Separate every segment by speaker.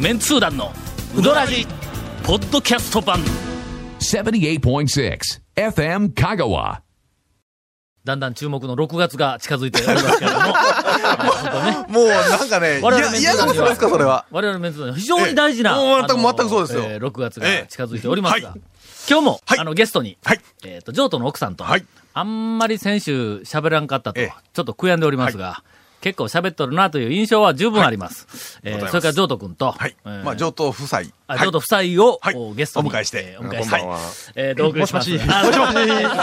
Speaker 1: メンツー団のうどらじポッドキャスト版
Speaker 2: 78.6 FM Kagawa.
Speaker 1: だんだん注目の6月が近づいておりますけれど も本当ね
Speaker 3: もうなんかね、い
Speaker 1: 我々
Speaker 3: や
Speaker 1: メン
Speaker 3: 嫌
Speaker 1: ツ
Speaker 3: な
Speaker 1: 団に
Speaker 3: ことですか、それは。
Speaker 1: 我々メンツ団には非常に大事な、
Speaker 3: ええもう全く
Speaker 1: あの
Speaker 3: 全くそうですよ
Speaker 1: えー6月
Speaker 3: え
Speaker 1: が
Speaker 3: え
Speaker 1: 近づいておりますが、
Speaker 3: はい
Speaker 1: 今日も、
Speaker 3: はい
Speaker 1: あのゲストに、
Speaker 3: はい
Speaker 1: えっ、と、譲渡の奥さんと、
Speaker 3: はい
Speaker 1: あんまり先週喋らんかったと、
Speaker 3: ええ
Speaker 1: ちょっと悔やんでおりますが、結構喋っとるなという印象は十分あります。えー
Speaker 3: ございます
Speaker 1: それから譲渡君と、
Speaker 3: はい。
Speaker 1: えー
Speaker 3: まあ、上等夫妻。
Speaker 1: あ、
Speaker 3: はい
Speaker 1: ちょっと夫妻を、
Speaker 3: はい
Speaker 1: こうゲストに
Speaker 3: お迎えし
Speaker 1: え
Speaker 3: て
Speaker 1: ーお迎えし
Speaker 3: こんばんは
Speaker 1: て、えー、同居します。もしも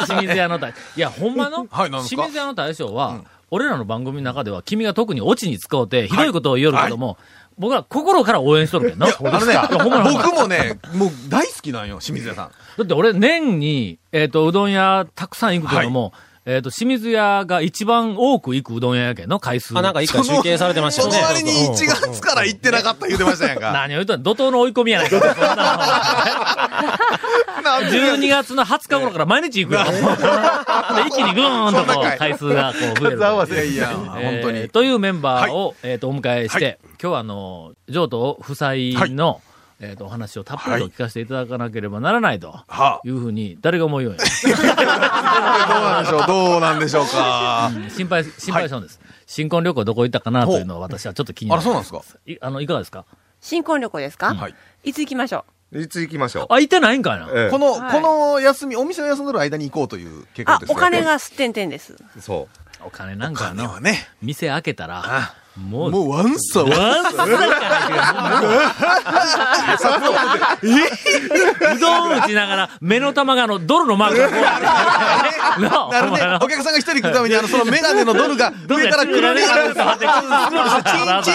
Speaker 1: し。清水屋の大、いや、ほんまの、
Speaker 3: はいなんです
Speaker 1: 清
Speaker 3: か
Speaker 1: 水屋の大将は、俺らの番組の中では、君が特にオチに使うて、ひどいことを言うけども、僕は心から応援しとるけどな。
Speaker 3: あのね
Speaker 1: いや ほんまにほんまに
Speaker 3: 僕もね、もう大好きなんよ、清水屋さん。
Speaker 1: だって俺、年に、えっ、と、うどん屋たくさん行くけども、えっ、と、清水屋が一番多く行くうどん屋やけんの、回数。
Speaker 4: あ、なんか一回集計されてました
Speaker 3: そ
Speaker 4: よ
Speaker 3: の
Speaker 4: ね。
Speaker 3: 割に1月から行ってなかった言ってましたやんか。
Speaker 1: 何を言うとん怒涛の追い込みやないか。そんな
Speaker 3: なんで
Speaker 1: 12月の20日頃から毎日行くよ。 で一気にぐーんとこう回数がこう増える。
Speaker 3: いやいや、本
Speaker 1: えー
Speaker 3: 当に。
Speaker 1: というメンバーを、えっ、と、お迎えして、
Speaker 3: はい
Speaker 1: 今日はあの、譲渡夫妻の、えっ、と、お話をたっぷりと聞かせていただかなければならないと。、
Speaker 3: はい
Speaker 1: うふうに、誰が思うように、
Speaker 3: どうなんでしょう、どうなんでしょうか。
Speaker 1: 心配、心配したんです。新婚旅行どこ行ったかなというのは私はちょっと気にな
Speaker 3: あ
Speaker 1: る。
Speaker 3: ら、そうなんですか。
Speaker 1: いあの、いかがですか
Speaker 5: 新婚旅行ですか、
Speaker 3: はい。
Speaker 5: い、つ行きましょ
Speaker 6: いつ行きましょう。
Speaker 1: あ、行ってないんかいな。
Speaker 6: ええ
Speaker 3: この、
Speaker 5: はい
Speaker 3: この休み、お店の休んでる間に行こうという計
Speaker 5: うあ
Speaker 3: 画です、ね。
Speaker 5: お金。がすってんてんです。
Speaker 6: そ
Speaker 1: お金なん
Speaker 3: お
Speaker 1: か
Speaker 3: 金は
Speaker 1: の、
Speaker 3: ね、
Speaker 1: 店開けたら、
Speaker 3: あ
Speaker 1: もう、
Speaker 3: もうワンサー、
Speaker 1: ワンサーうどん打ちながら、目の玉があの、ドルのマークがこうなってるなあ
Speaker 3: なるね
Speaker 1: お前な。
Speaker 3: お客さんが一人来るた めに、あの、そのメガネのドルが
Speaker 1: ドル
Speaker 3: 上
Speaker 1: が
Speaker 3: からくるり
Speaker 1: チ
Speaker 3: あるんですよ。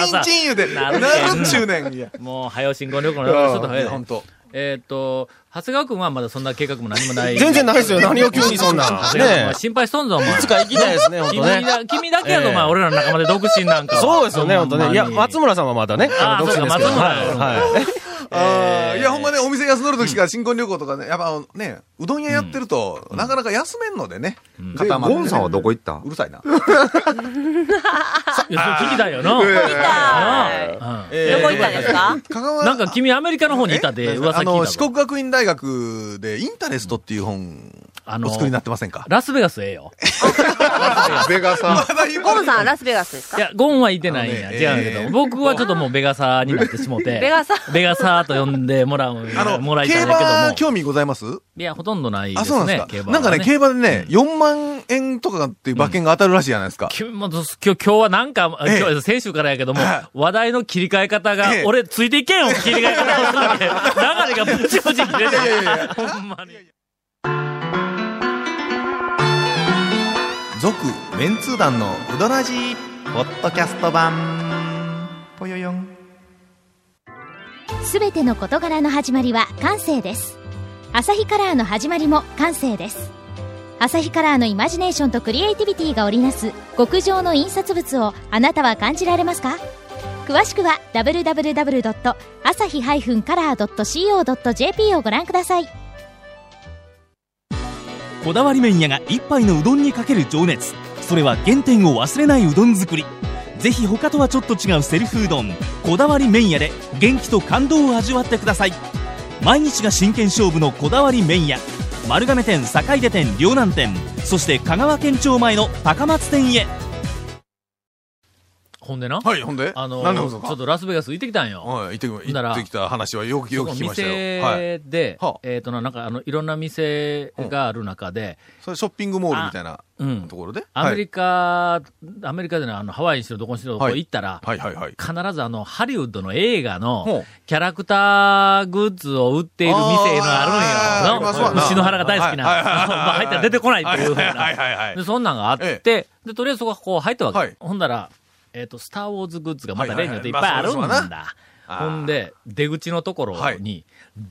Speaker 1: ンチン
Speaker 3: チンチンチン言うて、
Speaker 1: な
Speaker 3: な
Speaker 1: る
Speaker 3: る
Speaker 1: ね
Speaker 3: っちゅうねん。いや
Speaker 1: もう、早押新婚旅行の話ちょっと早いね
Speaker 3: 本当。
Speaker 1: えーっと、長谷川君はまだそんな計画も何もない。
Speaker 4: 全然ない ですよ。何を急にそんな。
Speaker 1: 長谷川君
Speaker 4: ね
Speaker 1: は心配しとんぞ、お前
Speaker 4: え。い。つか行きたいですね、本
Speaker 1: 君
Speaker 4: 当ね。
Speaker 1: だ君だけやぞ、
Speaker 4: ええ
Speaker 1: お前。俺らの仲間で独身なんかは。
Speaker 4: そうですよね、本当ね。いや、
Speaker 1: ほんまに
Speaker 4: 松村さんはまだね、
Speaker 1: あ
Speaker 4: あの独身ですけど。
Speaker 1: そうか松村さん
Speaker 4: はいはい。
Speaker 3: あ
Speaker 1: え
Speaker 3: ー
Speaker 1: ー
Speaker 3: いや、ほんまね、お店休んどる時から新婚旅行とかね、やっぱあのね、うどん屋やってると、なかなか休めんのでね、
Speaker 6: う。で、
Speaker 3: 固まって
Speaker 6: ゴ
Speaker 3: ね
Speaker 6: ンさんはどこ行った
Speaker 3: うるさいな。
Speaker 1: いや、それ聞きたいよな。
Speaker 5: 行きたい。
Speaker 1: うん
Speaker 5: どこ行ったんですか、
Speaker 3: 香 川
Speaker 1: なんか君アメリカの方にいたで、噂聞
Speaker 3: あ
Speaker 1: いたぞ
Speaker 3: の、四国学院大学でインタレストっていう本、
Speaker 1: あの
Speaker 3: お作りになってませんか
Speaker 1: ラスベガスええよ。
Speaker 6: ベガさん。
Speaker 5: ゴムさん、ラスベガスです
Speaker 1: い
Speaker 5: か
Speaker 1: や、ゴンはいてないんや。
Speaker 3: あのね
Speaker 1: 違うんやけど、
Speaker 3: えー
Speaker 1: 僕はちょっともうベガサーになってしもて。
Speaker 5: ベガサ
Speaker 1: ベガサーと呼んでもらう、
Speaker 3: あの、
Speaker 1: もらいた
Speaker 3: 競
Speaker 1: いんだけど
Speaker 3: 馬
Speaker 1: も。
Speaker 3: 興味ございます
Speaker 1: いや、ほとんどないで
Speaker 3: あ、そうな
Speaker 1: す
Speaker 3: んです
Speaker 1: ね
Speaker 3: か、。
Speaker 1: 競馬は
Speaker 3: なんかね、競馬でね、4万円とかっていう馬券が当たるらしいじゃないですか。
Speaker 1: 君もどうす今日、今日はなんか、あ
Speaker 3: ええ
Speaker 1: 今日、先週からやけども
Speaker 3: は、
Speaker 1: 話題の切り替え方が
Speaker 3: ええ、
Speaker 1: 俺、ついていけんよ、切り替え方をする わけ。流れがブチブチ切れてる。ほんまに。
Speaker 3: 続、メンツー団のうどらじポッドキャスト版、ぽよよん。
Speaker 7: すべての事柄の始まりは感性です。アサヒカラーの始まりも感性です。アサヒカラーのイマジネーションとクリエイティビティが織りなす極上の印刷物をあなたは感じられますか詳しくは www.asahi-color.co.jp をご覧ください。
Speaker 8: こだわり麺屋が一杯のうどんにかける情熱それは原点を忘れないうどん作りぜひ他とはちょっと違うセルフうどんこだわり麺屋で元気と感動を味わってください毎日が真剣勝負のこだわり麺屋丸亀店坂出店両南店そして香川県庁前の高松店へ
Speaker 1: ほんでな、
Speaker 3: はい、ほんで
Speaker 1: あの、
Speaker 3: 何
Speaker 1: ち
Speaker 3: でもそうか
Speaker 1: ょっとラスベガス行ってきたんよ。
Speaker 3: はい、行って
Speaker 1: ほんなら
Speaker 3: 行ってきた話はよくよく聞きましたよ。はい。
Speaker 1: 店で、
Speaker 3: はいはあ
Speaker 1: えっ、とな、なんかあの、いろんな店がある中で、
Speaker 3: それショッピングモールみたいな
Speaker 1: うん
Speaker 3: ところで。
Speaker 1: アメリカ、アメリカでのあの、ハワイにしろどこにしろこ
Speaker 3: は
Speaker 1: う
Speaker 3: い
Speaker 1: 行ったら、
Speaker 3: はいはいはいはい。
Speaker 1: 必ずあの、ハリウッドの映画
Speaker 3: ほ
Speaker 1: の
Speaker 3: う
Speaker 1: キャラクターグッズを売っている店のあるん
Speaker 3: あーあります
Speaker 1: よ。
Speaker 3: わな
Speaker 1: の牛の腹が大好きな。
Speaker 3: はいはいはいはい
Speaker 1: まあ入ったら出てこないっていうふう
Speaker 3: はいはいはいはい
Speaker 1: な。
Speaker 3: はい
Speaker 1: で、そんなんがあって、で、とりあえずそここう入ったわけ。
Speaker 3: はい
Speaker 1: ほんだら、えっ、と、スター・ウォーズグッズがまた
Speaker 3: はいは
Speaker 1: 例
Speaker 3: い
Speaker 1: によっ
Speaker 3: はい
Speaker 1: ていっぱいあるんだ。
Speaker 3: まあそうですな
Speaker 1: ほんで、出口のところに、
Speaker 3: はい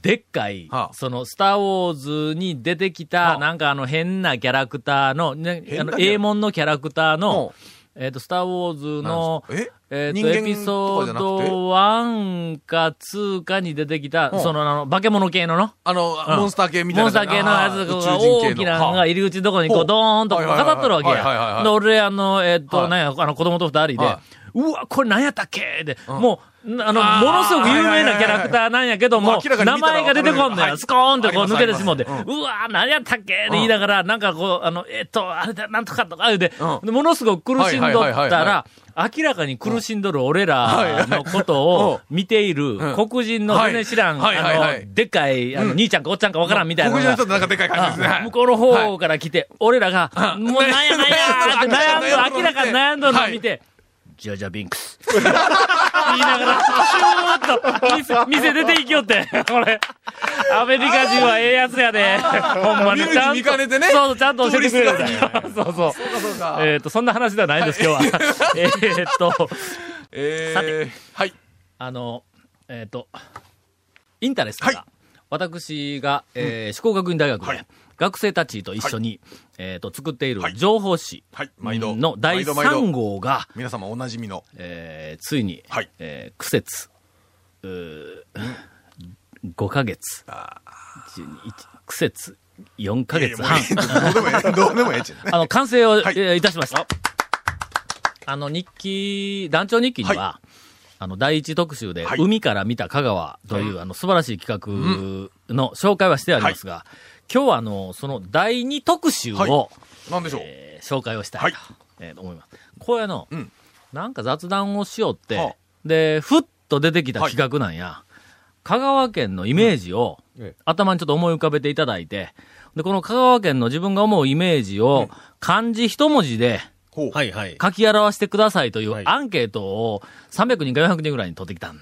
Speaker 1: でっかい、
Speaker 3: はあ
Speaker 1: その、スター・ウォーズに出てきた、
Speaker 3: はあ
Speaker 1: なんかあの、変なキャラクターの、ね、あ
Speaker 3: 変な
Speaker 1: の、
Speaker 3: キャラ
Speaker 1: 英文のキャラクターの
Speaker 3: ほ、
Speaker 1: えっ、と、スター・ウォーズの、
Speaker 3: なんですか
Speaker 1: え
Speaker 3: え
Speaker 1: っと、エ
Speaker 3: 人
Speaker 1: ピ
Speaker 3: 間
Speaker 1: ソ
Speaker 3: とかじ
Speaker 1: ー
Speaker 3: ゃなくて
Speaker 1: ド1か2かに出てきた、
Speaker 3: うん
Speaker 1: その、あの、化け物系のの、
Speaker 3: あの、
Speaker 1: うん
Speaker 3: モンスター系みたい
Speaker 1: モ
Speaker 3: な
Speaker 1: ンスター
Speaker 3: 感
Speaker 1: 系
Speaker 3: じ。
Speaker 1: のやつ
Speaker 3: あ
Speaker 1: が
Speaker 3: ー宇宙人系
Speaker 1: 大きなの
Speaker 3: は
Speaker 1: が
Speaker 3: あ
Speaker 1: 入り口のとこにこ
Speaker 3: ほ
Speaker 1: う、
Speaker 3: う
Speaker 1: ドーンとこう
Speaker 3: はいはいはい
Speaker 1: 飾っとるわけ
Speaker 3: はいはいはい
Speaker 1: や。
Speaker 3: はい
Speaker 1: で、俺、あの、えっと、
Speaker 3: はい
Speaker 1: なんや、あの、子供と二人で
Speaker 3: は、
Speaker 1: うわ、これ何やったっけで、もう、あの、ものすごく有名なキャラクターなんやけど
Speaker 3: も
Speaker 1: も
Speaker 3: う明ら、かに
Speaker 1: 名
Speaker 3: 見たら
Speaker 1: 前が出てこんの
Speaker 3: は
Speaker 1: よ。
Speaker 3: い
Speaker 1: スコーンってこう
Speaker 3: あります
Speaker 1: 抜けてしもうて、う
Speaker 3: あり
Speaker 1: わ、何やったっけって言いながら、なんかこう、あの、えっと、あれだ、なんとかとか言うて、でものすごく苦しんど
Speaker 3: はいは
Speaker 1: っ
Speaker 3: いは
Speaker 1: た
Speaker 3: いは
Speaker 1: ら、明らかに苦しんどる俺らのことを見ている黒人の全然知らん、
Speaker 3: はいはいは
Speaker 1: あ
Speaker 3: い
Speaker 1: の、でっかい、あの、兄ちゃんかおっちゃんかわからんみたいなの
Speaker 3: 黒
Speaker 1: が。
Speaker 3: 人の人ってなんかでかい感じですね。
Speaker 1: 向こうの方から来て、俺らが、もうなんやなんやーって悩んどる、明らかに悩んどるのを見て、ジャジャビンクス。言いながら、シューッと店、店出ていきよって、これ。アメリカ人はええやつやで。ほんまに。
Speaker 3: 見る
Speaker 1: ちゃんと。
Speaker 3: 見かねてね
Speaker 1: そうそう、ちゃんと教えてくれるんだよ。 そうそう。
Speaker 3: か
Speaker 1: えっと、そんな話ではないんです、今 日は。えーっと、
Speaker 3: えー
Speaker 1: さて
Speaker 3: はい。
Speaker 1: あの、えっ、と、インタレストが、
Speaker 3: は
Speaker 1: 私が、えー、志向学院大学で、
Speaker 3: はい
Speaker 1: 学生たちと一緒に、えっ、と、作っている
Speaker 3: はい
Speaker 1: 情報誌
Speaker 3: はい。毎度。
Speaker 1: の第
Speaker 3: 毎度毎度
Speaker 1: 3号が、
Speaker 3: 皆様おなじみの。
Speaker 1: えー、ついに、
Speaker 3: はい
Speaker 1: えー苦節、うー5ヶ月、12苦節4ヶ 月半。
Speaker 3: いやいやもうええどうでもええ。どうでもええっちゅうね
Speaker 1: あの、完成を、
Speaker 3: はい
Speaker 1: えーいたしました。あの、日記、団長日記には、
Speaker 3: は
Speaker 1: あの、第一特集で、
Speaker 3: はい
Speaker 1: 海から見た香川という、あの、素晴らしい企画の紹介はしてありますが、今日は、あの、その第二特集を、
Speaker 3: はなんでしょう。
Speaker 1: えー紹介をした
Speaker 3: はいい
Speaker 1: と、えーと思います。これあの、
Speaker 3: うん
Speaker 1: なんか雑談をしよって、
Speaker 3: はあ
Speaker 1: で、ふっと出てきた企画なんや、香川県のイメージを、頭にちょっと思い浮かべていただいて、で、この香川県の自分が思うイメージを、漢字一文字で
Speaker 3: ほう。
Speaker 4: はいはい。
Speaker 1: 書き表してくださいとい
Speaker 4: は
Speaker 1: う
Speaker 4: い
Speaker 1: アンケートを300人か400人ぐらいに取ってきたん。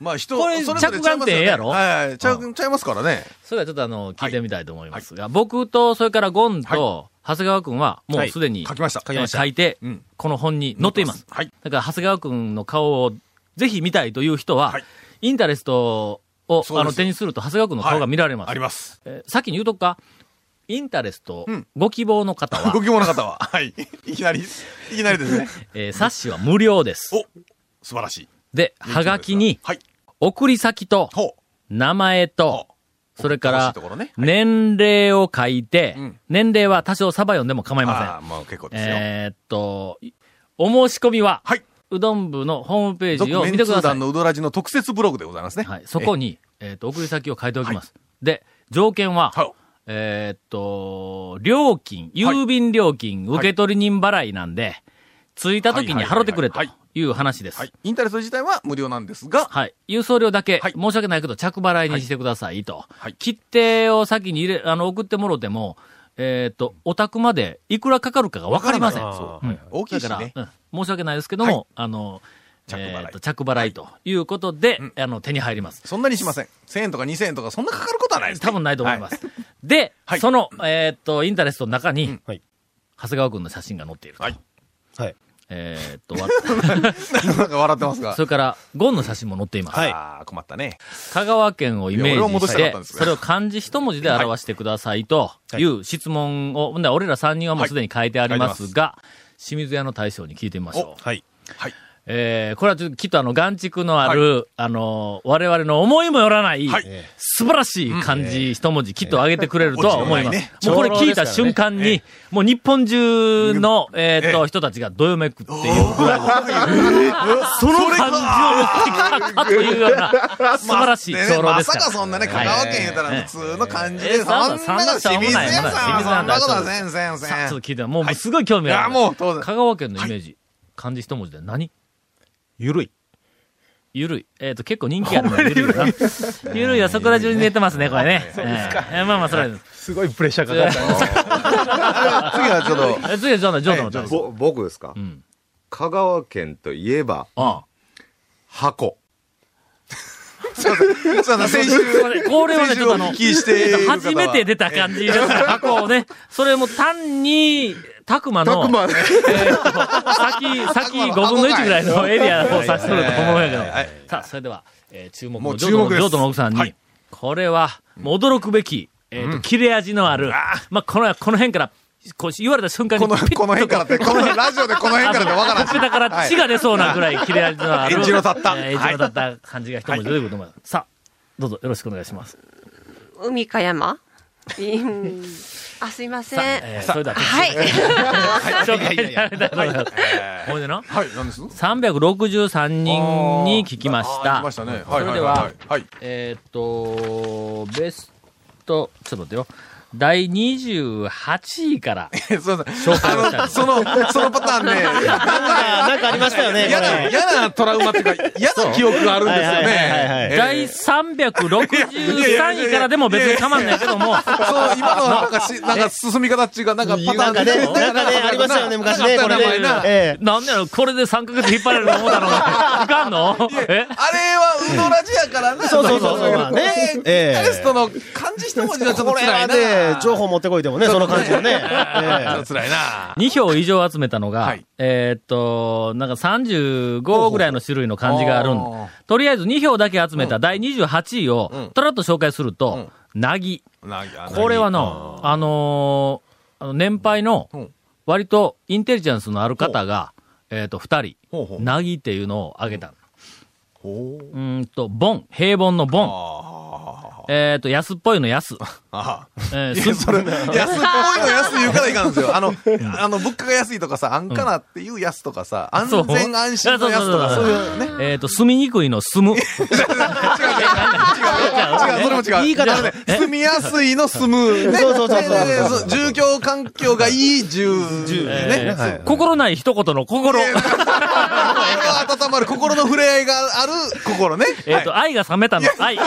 Speaker 3: まあ人、
Speaker 1: これ
Speaker 3: そぞれちゃいますよ
Speaker 1: 着
Speaker 3: ね
Speaker 1: 眼点ええやろ
Speaker 3: はいはい。ちゃ
Speaker 1: う
Speaker 3: うちゃいますからね。
Speaker 1: それではちょっとあの、聞いてみたいと思いますが、僕と、それからゴンと、長谷川くんは、もうすでに、
Speaker 3: 書きました。
Speaker 1: えー書いて、
Speaker 3: うん
Speaker 1: この本に載っています。
Speaker 3: はい。
Speaker 1: だから、長谷川くんの顔をぜひ見たいという人は、
Speaker 3: はい
Speaker 1: インタレストを
Speaker 3: そうです
Speaker 1: あの手にすると、長谷川くんの顔が見られます。
Speaker 3: あり ます。
Speaker 1: えー先に言うとくか、インタレスト、
Speaker 3: うん
Speaker 1: ご希望の方
Speaker 3: ご
Speaker 1: は、
Speaker 3: 希望の方は。はい。いきなり、いきなりです ね。
Speaker 1: えー冊子は無料です。
Speaker 3: お素晴らしい。
Speaker 1: で、はがきに、
Speaker 3: はい。
Speaker 1: 送り先と、
Speaker 3: ほ
Speaker 1: 名前と
Speaker 3: ほ、
Speaker 1: それか
Speaker 3: 欲し
Speaker 1: ら
Speaker 3: いところね、
Speaker 1: 年齢を書いて、
Speaker 3: うん
Speaker 1: 年齢は多少サバ読んでも構
Speaker 3: う。
Speaker 1: いません。
Speaker 3: あーまあ結構ですよ。
Speaker 1: えーっと、いお申し込みは、
Speaker 3: はい。
Speaker 1: うどん部のホームペー
Speaker 3: 続
Speaker 1: ジを
Speaker 3: メ
Speaker 1: 見
Speaker 3: ン
Speaker 1: て
Speaker 3: ツ
Speaker 1: くだ
Speaker 3: ー
Speaker 1: さ
Speaker 3: 団
Speaker 1: い。
Speaker 3: のうどらじの特設ブログでございますね。
Speaker 1: はい、そこに、えーっと、送り先を書いておきます。で、条件は、
Speaker 3: はい
Speaker 1: えーっと、料金、郵便料金、受取人払いなんで、着いた時に払ってくれと
Speaker 3: はいはい
Speaker 1: いう話です。
Speaker 3: は
Speaker 1: はい
Speaker 3: い。。インタレスト自体は無料なんですが、
Speaker 1: はい。郵送料だけ、
Speaker 3: はい
Speaker 1: 申し訳ないけど、着払いにしてくださいと。
Speaker 3: はい
Speaker 1: 切手を先に入れ、あの、送ってもろても、えーっと、お宅までいくらかかるかがわかりません。
Speaker 4: わからないあー
Speaker 1: うん
Speaker 3: 大きいし
Speaker 1: だから
Speaker 3: ね。、
Speaker 1: うん、申し訳ないですけども、あの、
Speaker 3: 着払い
Speaker 1: えーと着払いということで、あの、手に入ります。
Speaker 3: そんなにしません。1000円とか2000円とかそんなかかることはないですね。。
Speaker 1: 多分ないと思いますす。で、
Speaker 3: はい
Speaker 1: その、えっ、と、インタレストの中に、
Speaker 4: はい
Speaker 1: 長谷川くんの写真が載っていると。
Speaker 3: はい
Speaker 4: はい。
Speaker 1: えっ、と、わ
Speaker 3: なんか笑ってますが
Speaker 1: そ。れから、ゴンの写真も載っています。
Speaker 4: はい
Speaker 3: ああ、困ったね。
Speaker 1: 香川県をイメ
Speaker 3: いや俺は
Speaker 1: ージ
Speaker 3: 戻
Speaker 1: し
Speaker 3: したかってたんです、けど
Speaker 1: それを漢字一文字で表してくださいという質問を、ほんで俺ら三人はもうすでに書いてありますが、清水屋の大将に聞いてみましょう。
Speaker 4: はい。
Speaker 3: はい。
Speaker 1: えー、これはちょっときっとあの、眼畜のある、あの、我々の思いもよらない、
Speaker 3: はい
Speaker 1: 素晴らしい漢字、一文字、きっと上げてくれるとは思います。
Speaker 3: え
Speaker 1: もうこれ聞いた瞬間に、もう日本中の、えーっと、人たちがどよめくっていうぐらいの、その漢字を持ってきたかというような、素晴らしい
Speaker 3: まあ
Speaker 1: 長老
Speaker 3: ま
Speaker 1: です
Speaker 3: さ
Speaker 1: から。
Speaker 3: かそんなね、香川県言うたら普通の感じで、
Speaker 1: ええ
Speaker 3: そんなの
Speaker 1: そんなのしょう
Speaker 3: 清
Speaker 1: もない
Speaker 3: 水屋
Speaker 1: まだ清
Speaker 3: さん、
Speaker 1: 水
Speaker 3: そ
Speaker 1: 屋
Speaker 3: ん
Speaker 1: だ
Speaker 3: なことはせんせんせん。
Speaker 1: さあ、ちょっと聞いて、もうすごい興味ある。
Speaker 3: いやもう当然
Speaker 1: 香川県のイメージ、漢字一文字で何
Speaker 4: ゆるい。
Speaker 1: ゆるい。えっ、と、結構人気あるね。ゆるいな。 ゆるいはそこら中に出てますね、これね。そうですか。えーまあまあ、それは。
Speaker 9: すごいプレッシャーかかった。
Speaker 6: 次はちょっと、
Speaker 1: え次はジョーダン、ジョーダンの歌です。
Speaker 6: ぼ僕ですか、
Speaker 1: ん
Speaker 6: 香川県といえば、
Speaker 1: あ
Speaker 6: 箱。
Speaker 3: そうだ、先週、
Speaker 1: あこれこれはね、ちょっとあの、
Speaker 3: 先週お聞きしている方は
Speaker 1: 初めて出た感じですね、箱をね。それも単に、たくま
Speaker 6: た
Speaker 1: の、
Speaker 6: くま、
Speaker 1: えーと 先、先5分の1ぐらいのエリアを指しとると思うんやけど。さあ、それでは、えー注目
Speaker 3: も
Speaker 1: の
Speaker 3: う
Speaker 1: ジョ
Speaker 3: 注目です
Speaker 1: ートの奥さんに、
Speaker 3: はい
Speaker 1: これは、もう驚くべき、えーと、切れ味のある、まあ、この、この辺から、こう言われた瞬間に
Speaker 3: この、
Speaker 1: ピッと
Speaker 3: この辺からって、このラジオでこの辺からってわからんし。
Speaker 1: だから血が出そうなぐらい切れ味のある。
Speaker 3: エンジの立った
Speaker 1: えーエンジの立った感じが一文字出てくると思います。さあ、どうぞよろしくお願いします。
Speaker 5: 海か山いんあ、すいません。
Speaker 1: えーそれでは、
Speaker 5: はい。
Speaker 1: 紹介に入りたいと思います。ほんでな、
Speaker 3: はい、何です
Speaker 1: 363人に聞きまし
Speaker 3: あー
Speaker 1: た。
Speaker 3: 聞きましたね。
Speaker 1: そ
Speaker 3: はい、
Speaker 1: れ
Speaker 3: はい、
Speaker 1: では
Speaker 3: はい、はい。
Speaker 1: えーっと、ベスト、ちょっと待ってよ。第28位から。
Speaker 3: えすいませ
Speaker 1: 紹介をしたい
Speaker 3: ん。あの、その、そのパターンね、
Speaker 4: なんかありましたよね。
Speaker 3: 嫌
Speaker 4: こ
Speaker 3: な、
Speaker 4: れ
Speaker 3: 嫌なトラウマっていうか、嫌な記憶があるんですよ
Speaker 4: はいはいはいは
Speaker 3: ね
Speaker 4: い。
Speaker 3: えー
Speaker 1: 第363位からでも別に構わないけども、
Speaker 3: そう、今のはなんかし、なんか進み方っていうか、なんかパタ
Speaker 4: な
Speaker 3: ー
Speaker 4: ん
Speaker 3: ン
Speaker 4: かね、なんかね、ありましたよね、昔ね、こ
Speaker 3: あっ
Speaker 4: れね
Speaker 3: た名前な。
Speaker 4: ええ
Speaker 1: なんでやろ、これで3ヶ月引っ張られると思ったのが、いかんのえ
Speaker 3: あれはウドラジやからな。
Speaker 4: そうそうそうそう
Speaker 3: だけど
Speaker 4: まあ
Speaker 3: こ
Speaker 4: ね
Speaker 3: れ
Speaker 4: ええ
Speaker 3: テストの漢字一文字がちょっと
Speaker 4: これ
Speaker 3: 辛
Speaker 4: はい
Speaker 3: な。
Speaker 4: ね、情報持ってこいでもね、その感じの
Speaker 3: ちょ
Speaker 4: ね。え
Speaker 3: っと辛いな。
Speaker 1: 2票以上集めたのが、
Speaker 3: はい
Speaker 1: えーっと、なんか35ぐらいの種類の漢字があるん
Speaker 3: ほうほうほう
Speaker 1: とりあえず2票だけ集めた第28位を、とらっと紹介すると、なぎ。これはの、あのーあの年配の
Speaker 3: ん、
Speaker 1: 割とインテリジェンスのある方が、えーっと、2
Speaker 3: ほうほ
Speaker 1: 人、
Speaker 3: う
Speaker 1: なぎっていうのを挙げた。
Speaker 3: ほう
Speaker 1: うーんと、ボン、平凡のボン。えーっと、安っぽいの 安。
Speaker 3: ああ
Speaker 1: えー
Speaker 3: いやそれ、安っぽいの安い言うからいかんですよ。あの、あの、物価が安いとかさ、安価なっていう安とかさ、安
Speaker 1: そう
Speaker 3: 全安心の安とか、
Speaker 1: そうそうそう
Speaker 3: そういうね。違う、
Speaker 1: えーっと、住みにくいの住む。
Speaker 3: 違う、それも違う。
Speaker 4: 言い方
Speaker 3: あのね住みやすいの住む。ね
Speaker 4: そうそうそうそう
Speaker 3: ねねねそう住居環境がいい住、住
Speaker 1: え
Speaker 3: ね。
Speaker 1: ー心ない一言の心。
Speaker 3: 心温まる心の触れ合いがある心ね。
Speaker 1: えっ、と、愛が冷めたの。愛。もう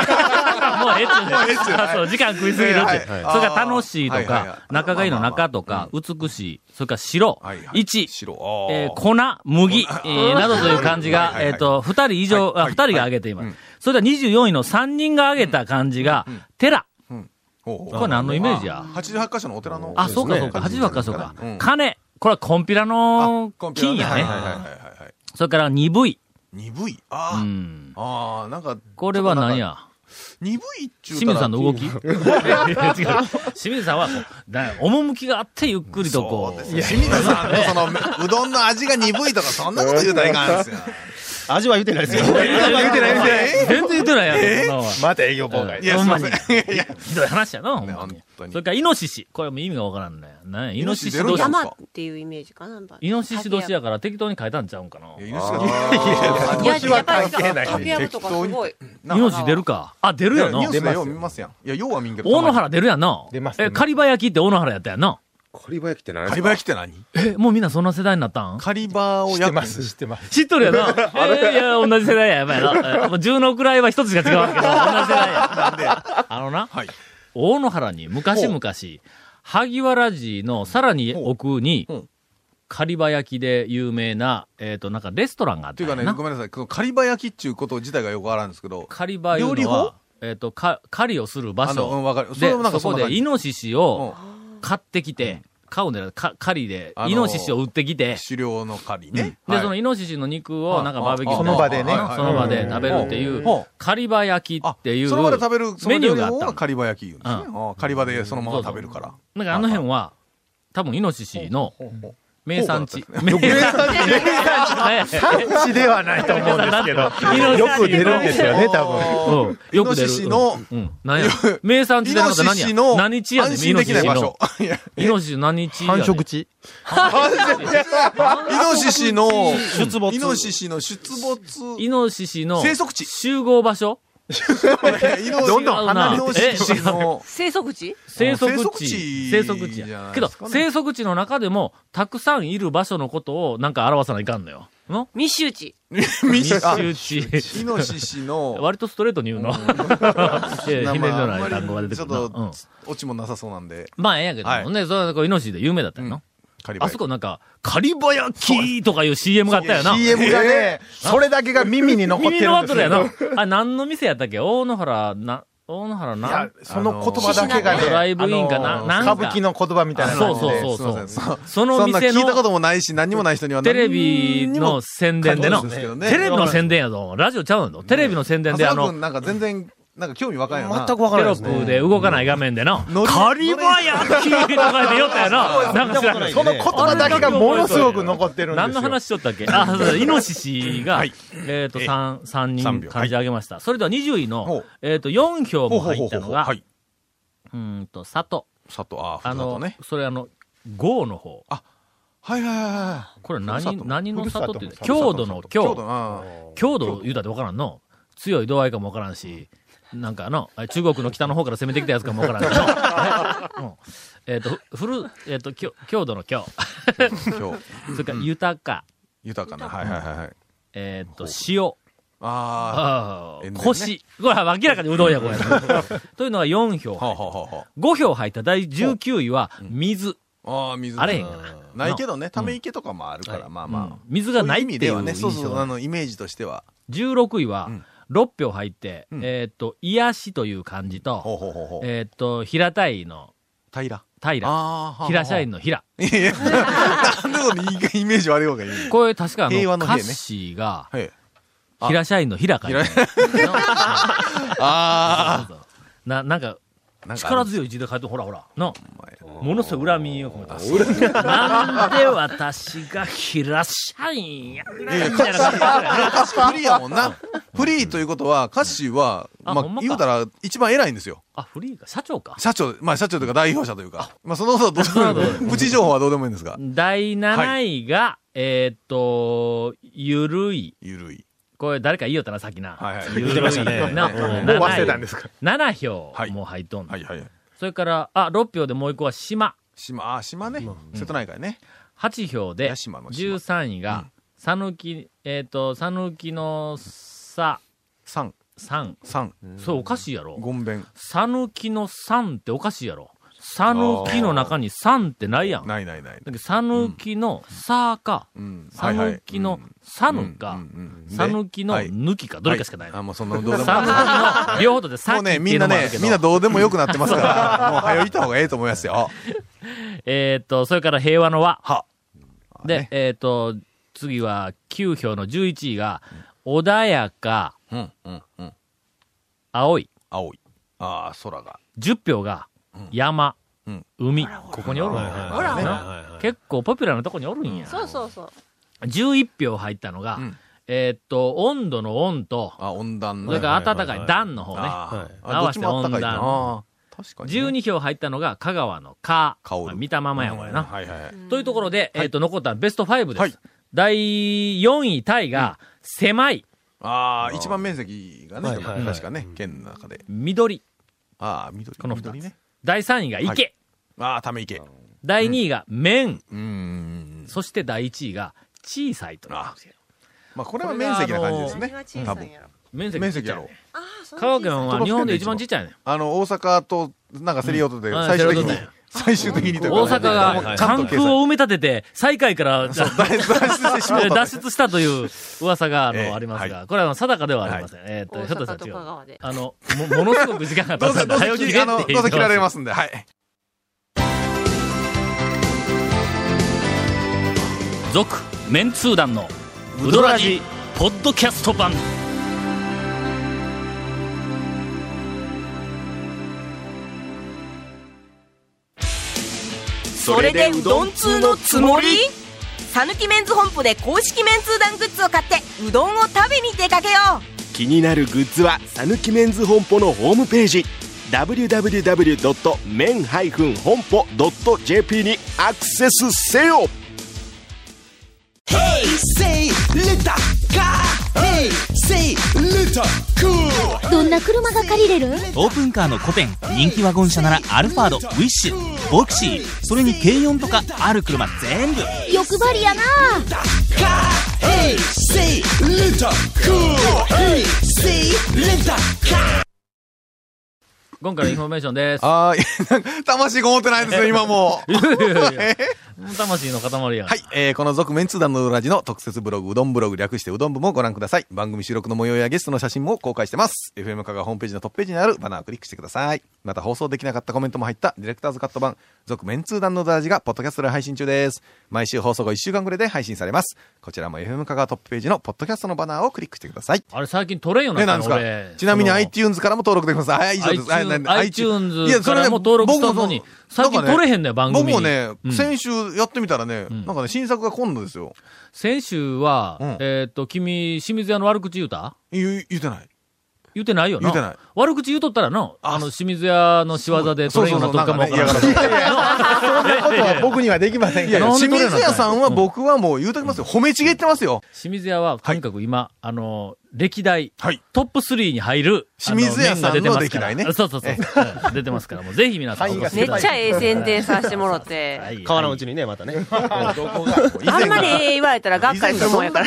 Speaker 1: ええっちゅうね
Speaker 3: もうええっちゅうね
Speaker 1: あそう、時間食いすぎるって。
Speaker 3: はいはい
Speaker 1: それから楽しいと
Speaker 3: はいはいは
Speaker 1: か、
Speaker 3: い
Speaker 1: 仲がいいの中とか、美しい。それから白
Speaker 3: はいは。い
Speaker 1: 一、
Speaker 3: 白
Speaker 1: えー粉、麦、えーなどという漢字が、
Speaker 3: はいはいはい
Speaker 1: えっ、と、二人以上、あ
Speaker 3: はい
Speaker 1: 二人が挙げています。それから24位の三人が挙げた漢字が、寺。
Speaker 3: こ
Speaker 1: これ何のイメージや
Speaker 3: 88箇所のお寺の。
Speaker 1: あ、そうか
Speaker 4: ね
Speaker 1: そうか。八かそうか
Speaker 3: うん。
Speaker 1: 金。これはコンピラの金やね。
Speaker 3: ね。
Speaker 1: それから鈍い。
Speaker 3: 鈍い。
Speaker 1: う
Speaker 3: あ
Speaker 1: ん。
Speaker 3: あ、ああ、なんか。
Speaker 1: これは何
Speaker 3: ちょっ
Speaker 1: や
Speaker 3: となんか。鈍いっちゅう
Speaker 1: 清水さんの動きいや違う。 清水さんはこう、だ趣があってゆっくりとこう。
Speaker 3: いや清水さんのその、うどんの味が鈍いとか、そんなこと言うたらいかんですよ。
Speaker 4: 味は言ってないですよ。
Speaker 3: 言うてない、言うてない。
Speaker 1: 全然言ってないやんそんなもんは。
Speaker 4: また営業妨
Speaker 1: 害
Speaker 3: いや、すいま
Speaker 1: ほん
Speaker 3: せん。いや、
Speaker 1: ひどい話やな、ほんまに
Speaker 3: 本。当に
Speaker 1: それから、イノシシ。これも意味がわからんね。なんやイノシシ
Speaker 3: イノ
Speaker 1: 同
Speaker 3: シ
Speaker 1: 士
Speaker 3: シ出るん。
Speaker 5: 山っていうイメージかな。
Speaker 1: イノシシ同士
Speaker 5: や。
Speaker 1: やから適当に書いたんちゃうんかな。イ
Speaker 3: いや、い
Speaker 5: いや、やっぱり竹山とかすごい。
Speaker 1: ノシシ出るか。あ、出るよ
Speaker 3: やいや、ニ
Speaker 1: な
Speaker 3: ュー。スでよう見ますやん。いや、ようは見んけど。
Speaker 1: 大野原出るやんな。
Speaker 4: 出ます
Speaker 1: え、狩場焼きって大野原やったやんな。
Speaker 6: カリバ焼きって何
Speaker 3: カ
Speaker 6: です
Speaker 3: リバ
Speaker 6: か
Speaker 3: 焼きって何
Speaker 1: え、もうみんなそんな世代になったん
Speaker 3: カリバをやってます。
Speaker 4: 知ってます。
Speaker 1: 知っとるや な。えーいや、同じ世代や、やばい な。えもう十の位は一つしか違うわけど、同じ世代や。
Speaker 3: なんで。は
Speaker 1: あのな。
Speaker 3: い。
Speaker 1: 大野原に昔々、萩原寺のさらに奥に
Speaker 3: ほうほう、
Speaker 1: 狩場焼きで有名な、えっ、と、なんかレストランがあっ
Speaker 3: ってていうかね、ごめんなさい。このカリバ焼きっていうこと自体がよくわからんですけど。
Speaker 1: 狩場いう
Speaker 3: 料理
Speaker 1: のは
Speaker 3: 法、
Speaker 1: えっ、と、か狩りをする場
Speaker 3: あの、うん、
Speaker 1: 所。
Speaker 3: わかる。そ
Speaker 1: で
Speaker 3: れもなんか
Speaker 1: そこ
Speaker 3: んな感
Speaker 1: で
Speaker 3: じ
Speaker 1: イノシシを買ってきて、買うんだよ。か狩りで、
Speaker 3: あのー
Speaker 1: イノシシを売ってきて、
Speaker 3: 狩猟の狩りね。
Speaker 1: で、
Speaker 3: はい
Speaker 1: そのイノシシの肉を、なんかバーベキューとか
Speaker 3: ああその場でね
Speaker 1: うんその場で食べるっていう
Speaker 3: うんほう、
Speaker 1: 狩場焼きっていう、
Speaker 3: その場で食べる、その
Speaker 1: メニューがあ
Speaker 3: 料
Speaker 1: っ
Speaker 3: 理
Speaker 1: た
Speaker 3: は
Speaker 1: の。
Speaker 3: カリバ焼き言うんですね。ああカリバでそのまま食べるから。
Speaker 1: なんかあの辺は、多分イノシシの名産地。名産地。
Speaker 9: 地ではないと思うんですけど、よく出るんですよね、多分。
Speaker 1: うんよく出る。
Speaker 3: イノシシの
Speaker 1: うん。何や。名産地
Speaker 3: イ
Speaker 1: で
Speaker 3: ノ
Speaker 1: なんか何
Speaker 3: シ
Speaker 1: や。
Speaker 3: シの
Speaker 1: 何地やねん、
Speaker 3: 安心できない場所。いや
Speaker 1: イノシシの。イノシシの何地やね
Speaker 9: 繁
Speaker 1: ん
Speaker 9: 殖地
Speaker 3: イノシシの、
Speaker 4: 出没
Speaker 3: イノシシの出没、
Speaker 1: イノシシの
Speaker 3: 生息地
Speaker 1: 集合場所
Speaker 3: イノシ
Speaker 9: どんどん離れ
Speaker 3: イノシシの、
Speaker 5: 生息地
Speaker 1: 生息
Speaker 3: 生息
Speaker 1: 地。
Speaker 3: 地
Speaker 1: 生息地
Speaker 3: じゃ
Speaker 1: や
Speaker 3: な。
Speaker 1: け
Speaker 3: いで
Speaker 1: ど
Speaker 3: すか、ね
Speaker 1: 生息地の中でも、たくさんいる場所のことをなんか表さないかんのよ。の
Speaker 5: 密集地。
Speaker 3: 密
Speaker 1: 密
Speaker 3: あ
Speaker 1: 集地。
Speaker 3: イノシシの、
Speaker 1: 割とストレートに 言うの。いやいやひねりのない単語が出てくる
Speaker 3: ち
Speaker 1: な
Speaker 3: ょっ
Speaker 1: うん
Speaker 3: と、オチもなさそうなんで、
Speaker 1: まあ、ええんやけど
Speaker 3: はい
Speaker 1: もね、そうこうイノシシで有名だったよな。
Speaker 3: カリバ
Speaker 1: あそこなんか、カリバヤキとかいう CM があったよな。
Speaker 9: CM がね、それだけが耳に残っ
Speaker 1: 耳
Speaker 9: て
Speaker 1: の
Speaker 9: るんで
Speaker 1: 後
Speaker 9: す
Speaker 1: だ
Speaker 9: よ
Speaker 1: よ。な。あ、何の店やったっけ大野原、な、大野原
Speaker 9: い
Speaker 1: な
Speaker 9: や、、その言葉だけがね、
Speaker 1: ドライブインかな
Speaker 9: あの
Speaker 1: なんか
Speaker 9: 歌舞伎の言葉みたいな
Speaker 1: そ
Speaker 9: 感
Speaker 1: う
Speaker 9: じで。
Speaker 1: そうそう
Speaker 3: す
Speaker 1: そ
Speaker 3: いま
Speaker 1: う。
Speaker 3: せんそ
Speaker 1: その
Speaker 3: そんな
Speaker 1: 店
Speaker 3: 聞いたこ
Speaker 1: の
Speaker 3: ともないし、何にもない人には
Speaker 1: テレビの宣伝での、
Speaker 3: そうですけどね
Speaker 1: テレビの宣伝やぞ。ラジオちゃうのテレビの宣伝であ
Speaker 3: 浅野
Speaker 1: の
Speaker 3: 君、なんか全然、なんか興味若いよな。
Speaker 4: 全くわか
Speaker 1: テ
Speaker 4: ら
Speaker 1: ロ
Speaker 4: ないですね。
Speaker 1: ップで動かない画面での、
Speaker 3: ノリ
Speaker 1: カリバヤキとかでよったよな。なんか知らんけど
Speaker 9: その言葉だけがものすごく残ってるんですよ。
Speaker 1: 何の話しとったっけあ、そうだイノシシが、えっと、
Speaker 3: え
Speaker 1: 3、
Speaker 3: え
Speaker 1: 三
Speaker 3: 三
Speaker 1: 人
Speaker 3: 秒
Speaker 1: 感じ上げました。それでは20位
Speaker 3: ほ
Speaker 1: の
Speaker 3: う、
Speaker 1: えっと、4票
Speaker 3: ほ
Speaker 1: も
Speaker 3: うほうほ
Speaker 1: 入
Speaker 3: う
Speaker 1: ったの
Speaker 3: ほう
Speaker 1: が
Speaker 3: は、い。
Speaker 1: うーんと、里。
Speaker 3: 佐藤、ああ、
Speaker 1: あ
Speaker 3: ふるさと
Speaker 1: の、
Speaker 3: ね。
Speaker 1: それあの、郷の方。
Speaker 3: はいはいはいは
Speaker 1: これ
Speaker 3: ふるさと
Speaker 1: 何、何の里って言う
Speaker 9: ふるさと
Speaker 1: 郷土の
Speaker 3: い。郷
Speaker 1: 郷
Speaker 3: 土。ああ
Speaker 1: 郷土言うたって分からんの。強い度合いかも分からんし、なんかの、あ中国の北の方から攻めてきたやつかも分 からんしのねうんえっと、ふる、えっと、郷郷土の郷。
Speaker 3: 郷土
Speaker 1: それから豊か、
Speaker 3: 豊かな。はいはいはいはい。
Speaker 1: えっと、塩。ああ
Speaker 3: あ塩田ね
Speaker 1: 腰。これは明らかにうどん や、これ。というのが4票
Speaker 3: あ。はあ
Speaker 1: 入って。
Speaker 3: はあは
Speaker 1: 5票入った第19位は、水。
Speaker 3: あ。ああ、水。
Speaker 1: あれへんかな
Speaker 3: うんないけどね、ため池とかもあるから、まあ
Speaker 1: うん
Speaker 3: まあ。
Speaker 1: 水がないっていう
Speaker 3: そ意味ではね、そう
Speaker 1: 印
Speaker 3: そ
Speaker 1: 象
Speaker 3: う、あの、イメージとしては。
Speaker 1: 16位は
Speaker 3: ん、
Speaker 1: 6票入って、
Speaker 3: ん
Speaker 1: えーっと、癒しという漢字
Speaker 3: ほう
Speaker 1: と、
Speaker 3: ほうほうほう。
Speaker 1: えーっと、平たいの
Speaker 3: 平。
Speaker 1: 平、
Speaker 3: ああ、
Speaker 1: 平社員
Speaker 3: の。
Speaker 1: の平。
Speaker 3: いやいや、 なんでそのイメージ悪い方が いい
Speaker 1: これ確かあ
Speaker 3: 平
Speaker 1: の、
Speaker 3: 和の平
Speaker 1: 歌
Speaker 3: ね
Speaker 1: 詞が、
Speaker 3: はい。あ
Speaker 1: 平社員の平から。
Speaker 3: あ
Speaker 1: そうそうな、なんか、
Speaker 3: あ。
Speaker 1: 力
Speaker 3: い。
Speaker 1: 強い字で書いてるほらほら。の、
Speaker 3: お前
Speaker 1: ものすごい恨みを込めた。なんで私が平社員やんなみたいな感じだ よね
Speaker 3: 歌詞フリーやもんな。フリーということは、歌詞は、
Speaker 1: あ
Speaker 3: ま
Speaker 1: ほん
Speaker 3: あ、
Speaker 1: まか
Speaker 3: 言うたら一番偉いんですよ。
Speaker 1: あ、フリーか、社長か。
Speaker 3: 社長、まあ社長というか代表者というか。まあそのことはどうで
Speaker 1: そんなことはどうで
Speaker 3: もい
Speaker 1: も
Speaker 3: い。プチ情報はどうでもいいんですが。
Speaker 1: 第7位が、えーっと、ゆるい。
Speaker 3: ゆるい。
Speaker 1: これ誰か言いよったな、さっきな。
Speaker 3: はいはい
Speaker 1: ゆるい
Speaker 4: 言ってましたね
Speaker 1: な
Speaker 4: うん
Speaker 9: もう忘れたんですか
Speaker 1: 7票
Speaker 3: はい
Speaker 1: もう入っとんの、
Speaker 3: はいはい。
Speaker 1: それから、あ、6票でもう一個は島。
Speaker 3: 島、あ、島ね。瀬戸内海ね。
Speaker 1: 8票で、
Speaker 3: 屋島の島
Speaker 1: 13位が、さぬき、えーっと、さぬきのさ、
Speaker 3: 三、
Speaker 1: さん。
Speaker 3: 三、
Speaker 1: それおかしいやろ。
Speaker 3: ごんべん。
Speaker 1: さぬきのさんっておかしいやろ。さぬきの中にさんってないやん。だ
Speaker 3: ないないない
Speaker 1: け。どさぬきのさか、
Speaker 3: うん。
Speaker 1: さぬきのさぬか、さぬきの
Speaker 3: はい
Speaker 1: ぬきか、どれかしかないの。
Speaker 3: あ、もうそんなどうでもいい。
Speaker 1: さぬきの両方でさ
Speaker 3: も
Speaker 1: っ
Speaker 3: う
Speaker 1: きって
Speaker 3: ね、み
Speaker 1: い
Speaker 3: ん
Speaker 1: うの
Speaker 3: な
Speaker 1: もあ
Speaker 3: ね
Speaker 1: るけ、ど
Speaker 3: みんなどうでもよくなってます から、もう早いた方がええと思いますよ。
Speaker 1: えーっと、それから平和の和。
Speaker 3: は。
Speaker 1: で、えーっと、次は9票の11位が、穏やか、
Speaker 3: うん、うん、うん。
Speaker 1: 青い。
Speaker 3: 青い。ああ、空が。
Speaker 1: 10票が、山
Speaker 3: うん、
Speaker 1: 海。ここにおるんや。
Speaker 5: ほらほら。
Speaker 4: は
Speaker 1: 結構ポピュラーなとこにおるんや。
Speaker 5: そうそうそう。
Speaker 1: 11票入ったのが、
Speaker 3: うん
Speaker 1: えーっと、温度の温と、
Speaker 3: あ、温暖
Speaker 1: そ
Speaker 3: の。
Speaker 1: れから暖
Speaker 4: は
Speaker 1: か
Speaker 4: いはいはいい
Speaker 1: 暖の方ね。
Speaker 3: あー
Speaker 1: はい
Speaker 3: あ、どっちもあったかい
Speaker 1: 合
Speaker 3: な。確かにね。
Speaker 1: 12票入ったのが香川の蚊。
Speaker 3: 香る
Speaker 1: まあ見たままや、これ
Speaker 3: うん
Speaker 1: な。
Speaker 3: はいはいはい。
Speaker 1: というところで、えーっと、残ったベスト5です。
Speaker 3: はい
Speaker 1: 第4位タイが、狭い、
Speaker 3: ああ、一番面積がね、
Speaker 4: はいはいはい
Speaker 3: 確かね、県の中で。
Speaker 1: 緑。
Speaker 3: ああ、緑。
Speaker 1: この二つ
Speaker 3: 緑ね。
Speaker 1: 第3位が池。
Speaker 3: はああ、ため池。
Speaker 1: 第2位が麺。
Speaker 3: うーん。
Speaker 1: そして第1位が小さいと。
Speaker 3: あまあ、これは面積な感じです
Speaker 5: 何が
Speaker 3: ね。
Speaker 5: 小さいんやろ。
Speaker 1: 面積
Speaker 3: 面積やろ。
Speaker 5: ああ、そう
Speaker 1: 香川県は日本で一番ちっちゃいね。
Speaker 3: あの、大阪と、なんか競り合うとで、
Speaker 1: うん
Speaker 3: 最終的
Speaker 1: 競り
Speaker 3: に
Speaker 1: 合うと、
Speaker 3: 最終的にという
Speaker 1: 大
Speaker 3: か
Speaker 1: 阪が
Speaker 3: ちゃ
Speaker 1: 関
Speaker 3: んと計
Speaker 1: 空
Speaker 3: 算。
Speaker 1: を埋め立てて、最下位から
Speaker 3: そう 脱出してしまった。
Speaker 1: 脱出したという噂があ
Speaker 3: ええ
Speaker 1: のあります
Speaker 3: は
Speaker 1: が、これはあの定かではありません。えーっと、
Speaker 5: 大
Speaker 1: ひょっとした
Speaker 5: 阪と香
Speaker 1: ら違う。
Speaker 5: 川で。
Speaker 1: あの、もものすごく時間が
Speaker 3: ど
Speaker 1: 経
Speaker 3: う
Speaker 1: った
Speaker 3: せ、
Speaker 1: んで、早起
Speaker 3: どうせ
Speaker 1: き
Speaker 3: 切、
Speaker 1: で
Speaker 3: あ
Speaker 1: って
Speaker 3: の、
Speaker 1: 言
Speaker 3: どうせ切られ
Speaker 1: って
Speaker 3: ますんで、はい。
Speaker 1: す。続、メンツー団の、ウドラジ、ポッドキャスト版。
Speaker 10: それでうどん通のつもりさぬきメンズ本舗で公式メンツー団グッズを買ってうどんを食べに出かけよ
Speaker 11: 気になるグッズはさぬきメンズ本舗のホームページ www.men-honpo.jp にアクセスせよ
Speaker 7: どんな車が借りれる
Speaker 8: オープンカーの古典人気ワゴン車ならアルファードウィッシュボクシーそれに軽4とかある車全部
Speaker 7: 欲張りやな
Speaker 1: 今回のインフォメーションです。
Speaker 3: あーいや魂が持ってないですよ、今も う。
Speaker 1: いやいやいや魂の塊やん。
Speaker 3: はい、えー、この続面通談の裏地の特設ブログ、うどんブログ略してうどん部もご覧ください。番組収録の模様やゲストの写真も公開してます。FM カがホームページのトップページにあるバナーをクリックしてください。また放送できなかったコメントも入ったディレクターズカット版、続面通談の裏地がポッドキャストで配信中です。毎週放送後1週間ぐらいで配信されます。こちらも FM カがトップページのポッドキャストのバナーをクリックしてください。
Speaker 1: あれ最近取れんよな
Speaker 3: ね、
Speaker 1: った
Speaker 3: な
Speaker 1: の
Speaker 3: んですか
Speaker 1: 俺
Speaker 3: ちなみに
Speaker 1: その
Speaker 3: iTunes からも登録できます。はい、以上です。
Speaker 1: iTunes
Speaker 3: はいな
Speaker 1: iTunes
Speaker 3: いやそれね
Speaker 1: からも登録したのに
Speaker 3: 僕も
Speaker 1: 最近
Speaker 3: なんかね
Speaker 1: 取れへんね番組に
Speaker 3: 僕もね
Speaker 1: う、ん
Speaker 3: 先週やってみたらね、なんかね、新作が今度ですよ。
Speaker 1: 先週は、
Speaker 3: うん
Speaker 1: えーっと、君、清水屋の悪口言うた
Speaker 3: 言う言ってない。
Speaker 1: 言ってないよな。
Speaker 3: 言うてない
Speaker 1: 悪口言うとったらな、あの、清水屋の仕業でトレーナーとったかもわからん
Speaker 3: そうそうそうなんかね嫌がら
Speaker 1: な
Speaker 3: そんなことは僕にはできません
Speaker 1: から
Speaker 3: 清水屋さんは僕はもう言うときますよ。褒めちぎってますよ。
Speaker 1: 清水屋は、とにかく今、あの、歴代、トップ3に入る、
Speaker 3: 清水屋さんの
Speaker 1: あ面が出てますから
Speaker 3: 歴代ね
Speaker 1: そうそうそう。うん出てますから、もうぜひ皆さんお越し
Speaker 5: め
Speaker 1: い
Speaker 5: った
Speaker 1: だい
Speaker 5: ち
Speaker 1: て
Speaker 5: ゃええ宣伝させてもろて。
Speaker 4: 川のうちにね、またね。
Speaker 5: あんまりええ言われたらがっかりするもんやから。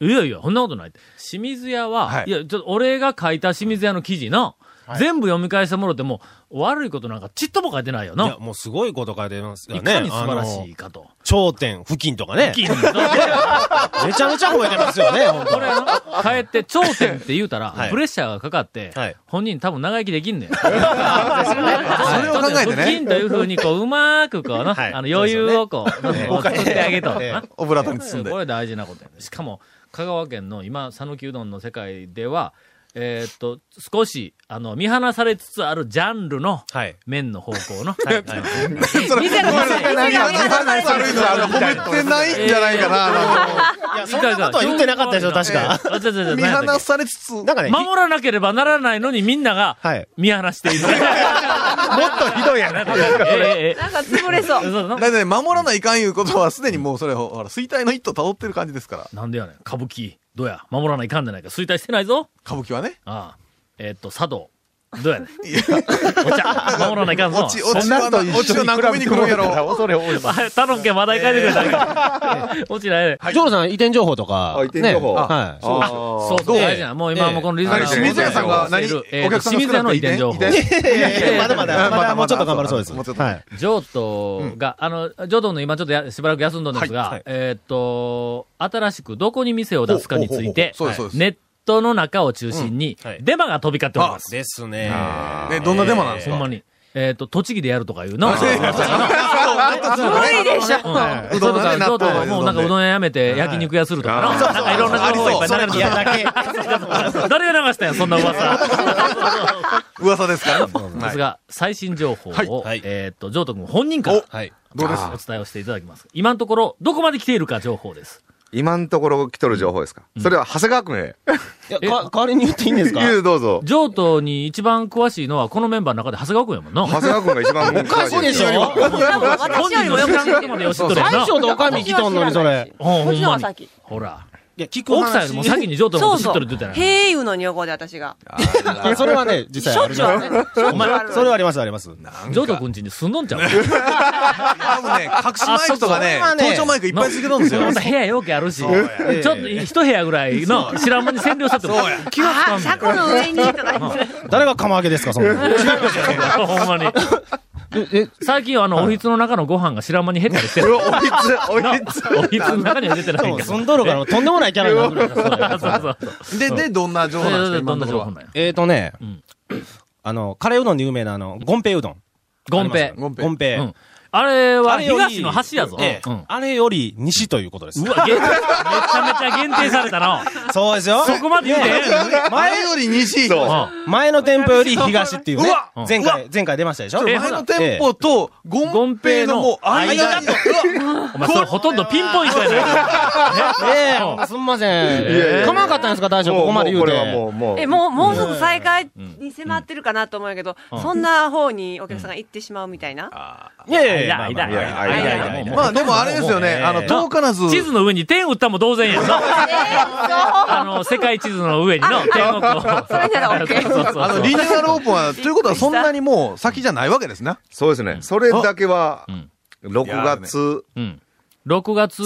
Speaker 1: いやいや、そんなことないって。清水屋は、い、や、ちょっと俺が書いた清水屋の記事な、全部読み返してもろても、悪いことなんかちっとも書いてないよ
Speaker 4: いや
Speaker 1: な。
Speaker 4: もうすごいこと書いてますから
Speaker 1: い
Speaker 4: ね。
Speaker 1: かに素晴らしいかと。
Speaker 4: あの頂点、付近とかね。
Speaker 1: 付近
Speaker 4: めちゃめちゃ褒めてますよね、ほんと
Speaker 1: これな、帰って頂点って言うたら、プレッシャーがかかって、本人多分長生きできんねん。それ
Speaker 3: を考えてね
Speaker 1: というふうに、こう、うまーくこうな、あの余裕をこう、
Speaker 3: ね
Speaker 1: こう作ってあげと。
Speaker 3: ええ
Speaker 1: な
Speaker 3: オブラートに包んで
Speaker 1: これ大事なことやね。しかも、香川県の今、讃岐うどんの世界では、えーっと、少し、あの、見放されつつあるジャンルの麺の方向の。はいはい
Speaker 3: それ
Speaker 5: 見てる見てる
Speaker 3: 悪いのはあの褒めてないんじゃないかな。
Speaker 4: いや、そんなことは言ってなかったでしょ、確か。
Speaker 1: あちょちょちょ
Speaker 3: 見放されつつ、
Speaker 4: なんかね、
Speaker 1: 守らなければならないのにみんなが見放している。
Speaker 4: もっとひどいやな。
Speaker 1: ええええ
Speaker 5: なんか潰れそ う。
Speaker 1: そうな
Speaker 3: だいたい守らないかんいうことはすでにもうそれほら衰退の一途辿ってる感じですから。
Speaker 1: なんでやねん。歌舞伎、どうや。守らないかんじゃないか。衰退してないぞ。
Speaker 3: 歌舞伎はね。
Speaker 1: ああ。えーっと、茶道。どうやねん。お茶、守らないかんぞ。
Speaker 3: 落ち、落ちはな、落ちは何個目に来るんやろ。
Speaker 9: 恐れ多い
Speaker 1: あ頼むけん、まだ書いてくれた。落ちない。
Speaker 4: ジョーロさん、移転情報とか。
Speaker 6: 移転情報
Speaker 4: ねはい。
Speaker 6: そう
Speaker 1: あそうそう、大事な。もう今もうこのリズム
Speaker 3: 清水屋さんが何、お客さん
Speaker 1: 清水屋の移転情報。
Speaker 4: まだまだ、まだもうちょっと頑張るそうです。
Speaker 3: もうちょっと。
Speaker 4: はい。
Speaker 1: 上都が、あの、上都の今ちょっとやしばらく休んどんですが、えーっと、新しくどこに店を出すかについて、
Speaker 3: ほうほうほうそうですそうです
Speaker 1: ネットの中を中心に、
Speaker 4: うんはい
Speaker 1: デマが飛び交っております。
Speaker 4: ですね。
Speaker 3: え、どんなデマなんです
Speaker 1: ほんま
Speaker 3: か
Speaker 1: に。えーっと、栃木でやるとかいうの。
Speaker 5: 無理でしょ。
Speaker 1: うどんとか、上都もうなんかうどん屋やめて焼肉屋するとかな。なんかいろんな情報がいっぱい流れてる 誰が流したんや、そんな噂。
Speaker 3: 噂ですから。
Speaker 1: ですが、最新情報を、
Speaker 4: はい
Speaker 1: えーっと、上都君本人から、
Speaker 4: はい。
Speaker 3: どうです
Speaker 1: お伝えをしていただきます。今のところ、どこまで来ているか情報です。
Speaker 6: 今のところ来とる情報ですか、それは長谷川君へ。
Speaker 4: いや、か代わりに言っていいんですか
Speaker 6: ゆうどうぞ。
Speaker 1: 上都に一番詳しいのは、このメンバーの中で長谷川君やもんな。
Speaker 6: 長谷川君が一番お
Speaker 4: おかしいでしょ
Speaker 1: 本人の予感がまでよしっとるやん
Speaker 4: 大
Speaker 1: な。
Speaker 4: 将とおかみ来とんのに、それ。
Speaker 1: ほん
Speaker 5: こっちの
Speaker 1: ま
Speaker 5: 方が
Speaker 1: に。
Speaker 5: 先。
Speaker 1: ほら。
Speaker 4: いや、聞く
Speaker 1: 奥さんよりも先に上都の
Speaker 5: そ
Speaker 1: こ
Speaker 5: う
Speaker 1: と知っ
Speaker 5: そ
Speaker 1: とるって言
Speaker 5: う。
Speaker 1: ってたやん。
Speaker 5: へえいうのに横で私が。
Speaker 4: いやそれはね、実際ある
Speaker 5: しょっちゅうあるねしょっちゅうある
Speaker 4: それはあります、あります。
Speaker 1: 上都君ちに住んどんちゃう
Speaker 3: 多分ね、隠しマイクとかね
Speaker 4: あそうそう、
Speaker 3: 盗聴マイクいっぱいつけとんですよ。
Speaker 1: また部屋よくあるし、ちょっと一部屋ぐらいの知らん間に占領したっても
Speaker 3: そうや
Speaker 1: 気がつかんね
Speaker 5: 車庫の上にとか言って
Speaker 4: 誰が釜揚げですか、そんなの。
Speaker 1: ん。 ほん まに。最近はあの、おひつの中のご飯が知らん間に減ったりしてる。おひつ、おひつ。おひつの中には出てないから。
Speaker 4: そんどろからとんでもないキャラになってる
Speaker 1: そうそうそう。
Speaker 3: で、で、どんな情報なんです
Speaker 1: ど
Speaker 3: か、今
Speaker 1: ん
Speaker 3: の
Speaker 1: な情
Speaker 3: ところ
Speaker 1: 報
Speaker 3: は。
Speaker 1: なんや
Speaker 4: えーとね
Speaker 1: ん、
Speaker 4: あの、カレーうどんで有名な、あの、ゴンペイうどん。
Speaker 1: ゴンペ。
Speaker 3: ゴンペ
Speaker 4: ゴンペイ。
Speaker 1: うんあれは
Speaker 4: あれより
Speaker 1: 東の橋やぞ。
Speaker 4: ええ
Speaker 1: うん
Speaker 4: あれより西ということです
Speaker 1: う。わ、限めちゃめちゃ限定されたな。
Speaker 4: そうですよ。
Speaker 1: そこまで言うてええのに
Speaker 3: 前より西。
Speaker 1: う
Speaker 4: 前の店舗より東っていうね
Speaker 3: う
Speaker 1: わ。
Speaker 4: 前回、前回出ましたでしょ
Speaker 1: え
Speaker 3: 前の店舗と、ゴンペイのもう間に。
Speaker 1: んお前、それほとんどピンポイントやない
Speaker 4: え
Speaker 1: う
Speaker 4: え、すんません。構わなかったんですか、 大将、ここまで言う
Speaker 6: こ
Speaker 4: て。
Speaker 6: れはもう、もう。
Speaker 5: え、もう、もうすぐ再開に迫ってるかなと思うんやけど、そんな方にお客さんが行ってしまうみたいな。
Speaker 4: いやいやい
Speaker 1: い
Speaker 4: や
Speaker 1: や、い
Speaker 4: まあま
Speaker 1: や、
Speaker 4: あ
Speaker 1: いや、いや、いや。
Speaker 3: まあでもあれですよね、あの、遠からず、
Speaker 1: 地図の上に天打ったも同然やんな。あの、世界地図の上にの、天国を。
Speaker 5: それなら OK
Speaker 1: そうそうそう
Speaker 3: あの、リニューアルオープンは、ということはそんなにもう先じゃないわけですね。
Speaker 6: そうですね。それだけは
Speaker 1: ん、
Speaker 6: 6月
Speaker 1: うん。6月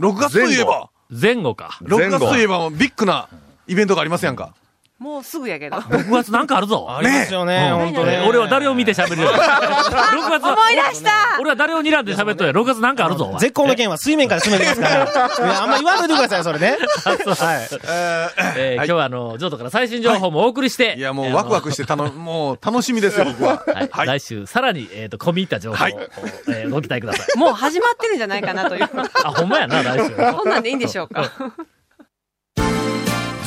Speaker 3: 6月といえば、
Speaker 1: 前後か。
Speaker 3: 6
Speaker 6: 前後
Speaker 3: 月といえばもうビッグなイベントがありますやんか。
Speaker 5: もうすぐやけど。
Speaker 1: 6月なんかあるぞ。
Speaker 4: ありますよね、
Speaker 1: うん
Speaker 4: 本当ね。
Speaker 1: 俺は誰を見て喋るよ。6月は
Speaker 5: 思い出した
Speaker 1: 俺は誰を睨んで喋っとるや。6月なんかあるぞ。お前
Speaker 4: 絶好の件は水面から詰めてますから。 いやあんま言わんといてください、それね。はい。
Speaker 1: えー今日はあの、ジョートから最新情報もお送りして、
Speaker 3: いや、もうワクワクして、たの、もう楽しみですよ、僕は。
Speaker 1: はい、来週、さらに、えっ、と、込み入った情報を、えーご期待ください。
Speaker 5: もう始まってるんじゃないかな という。
Speaker 1: あ、ほんまやな、来週。
Speaker 5: こんなんでいいんでしょうか。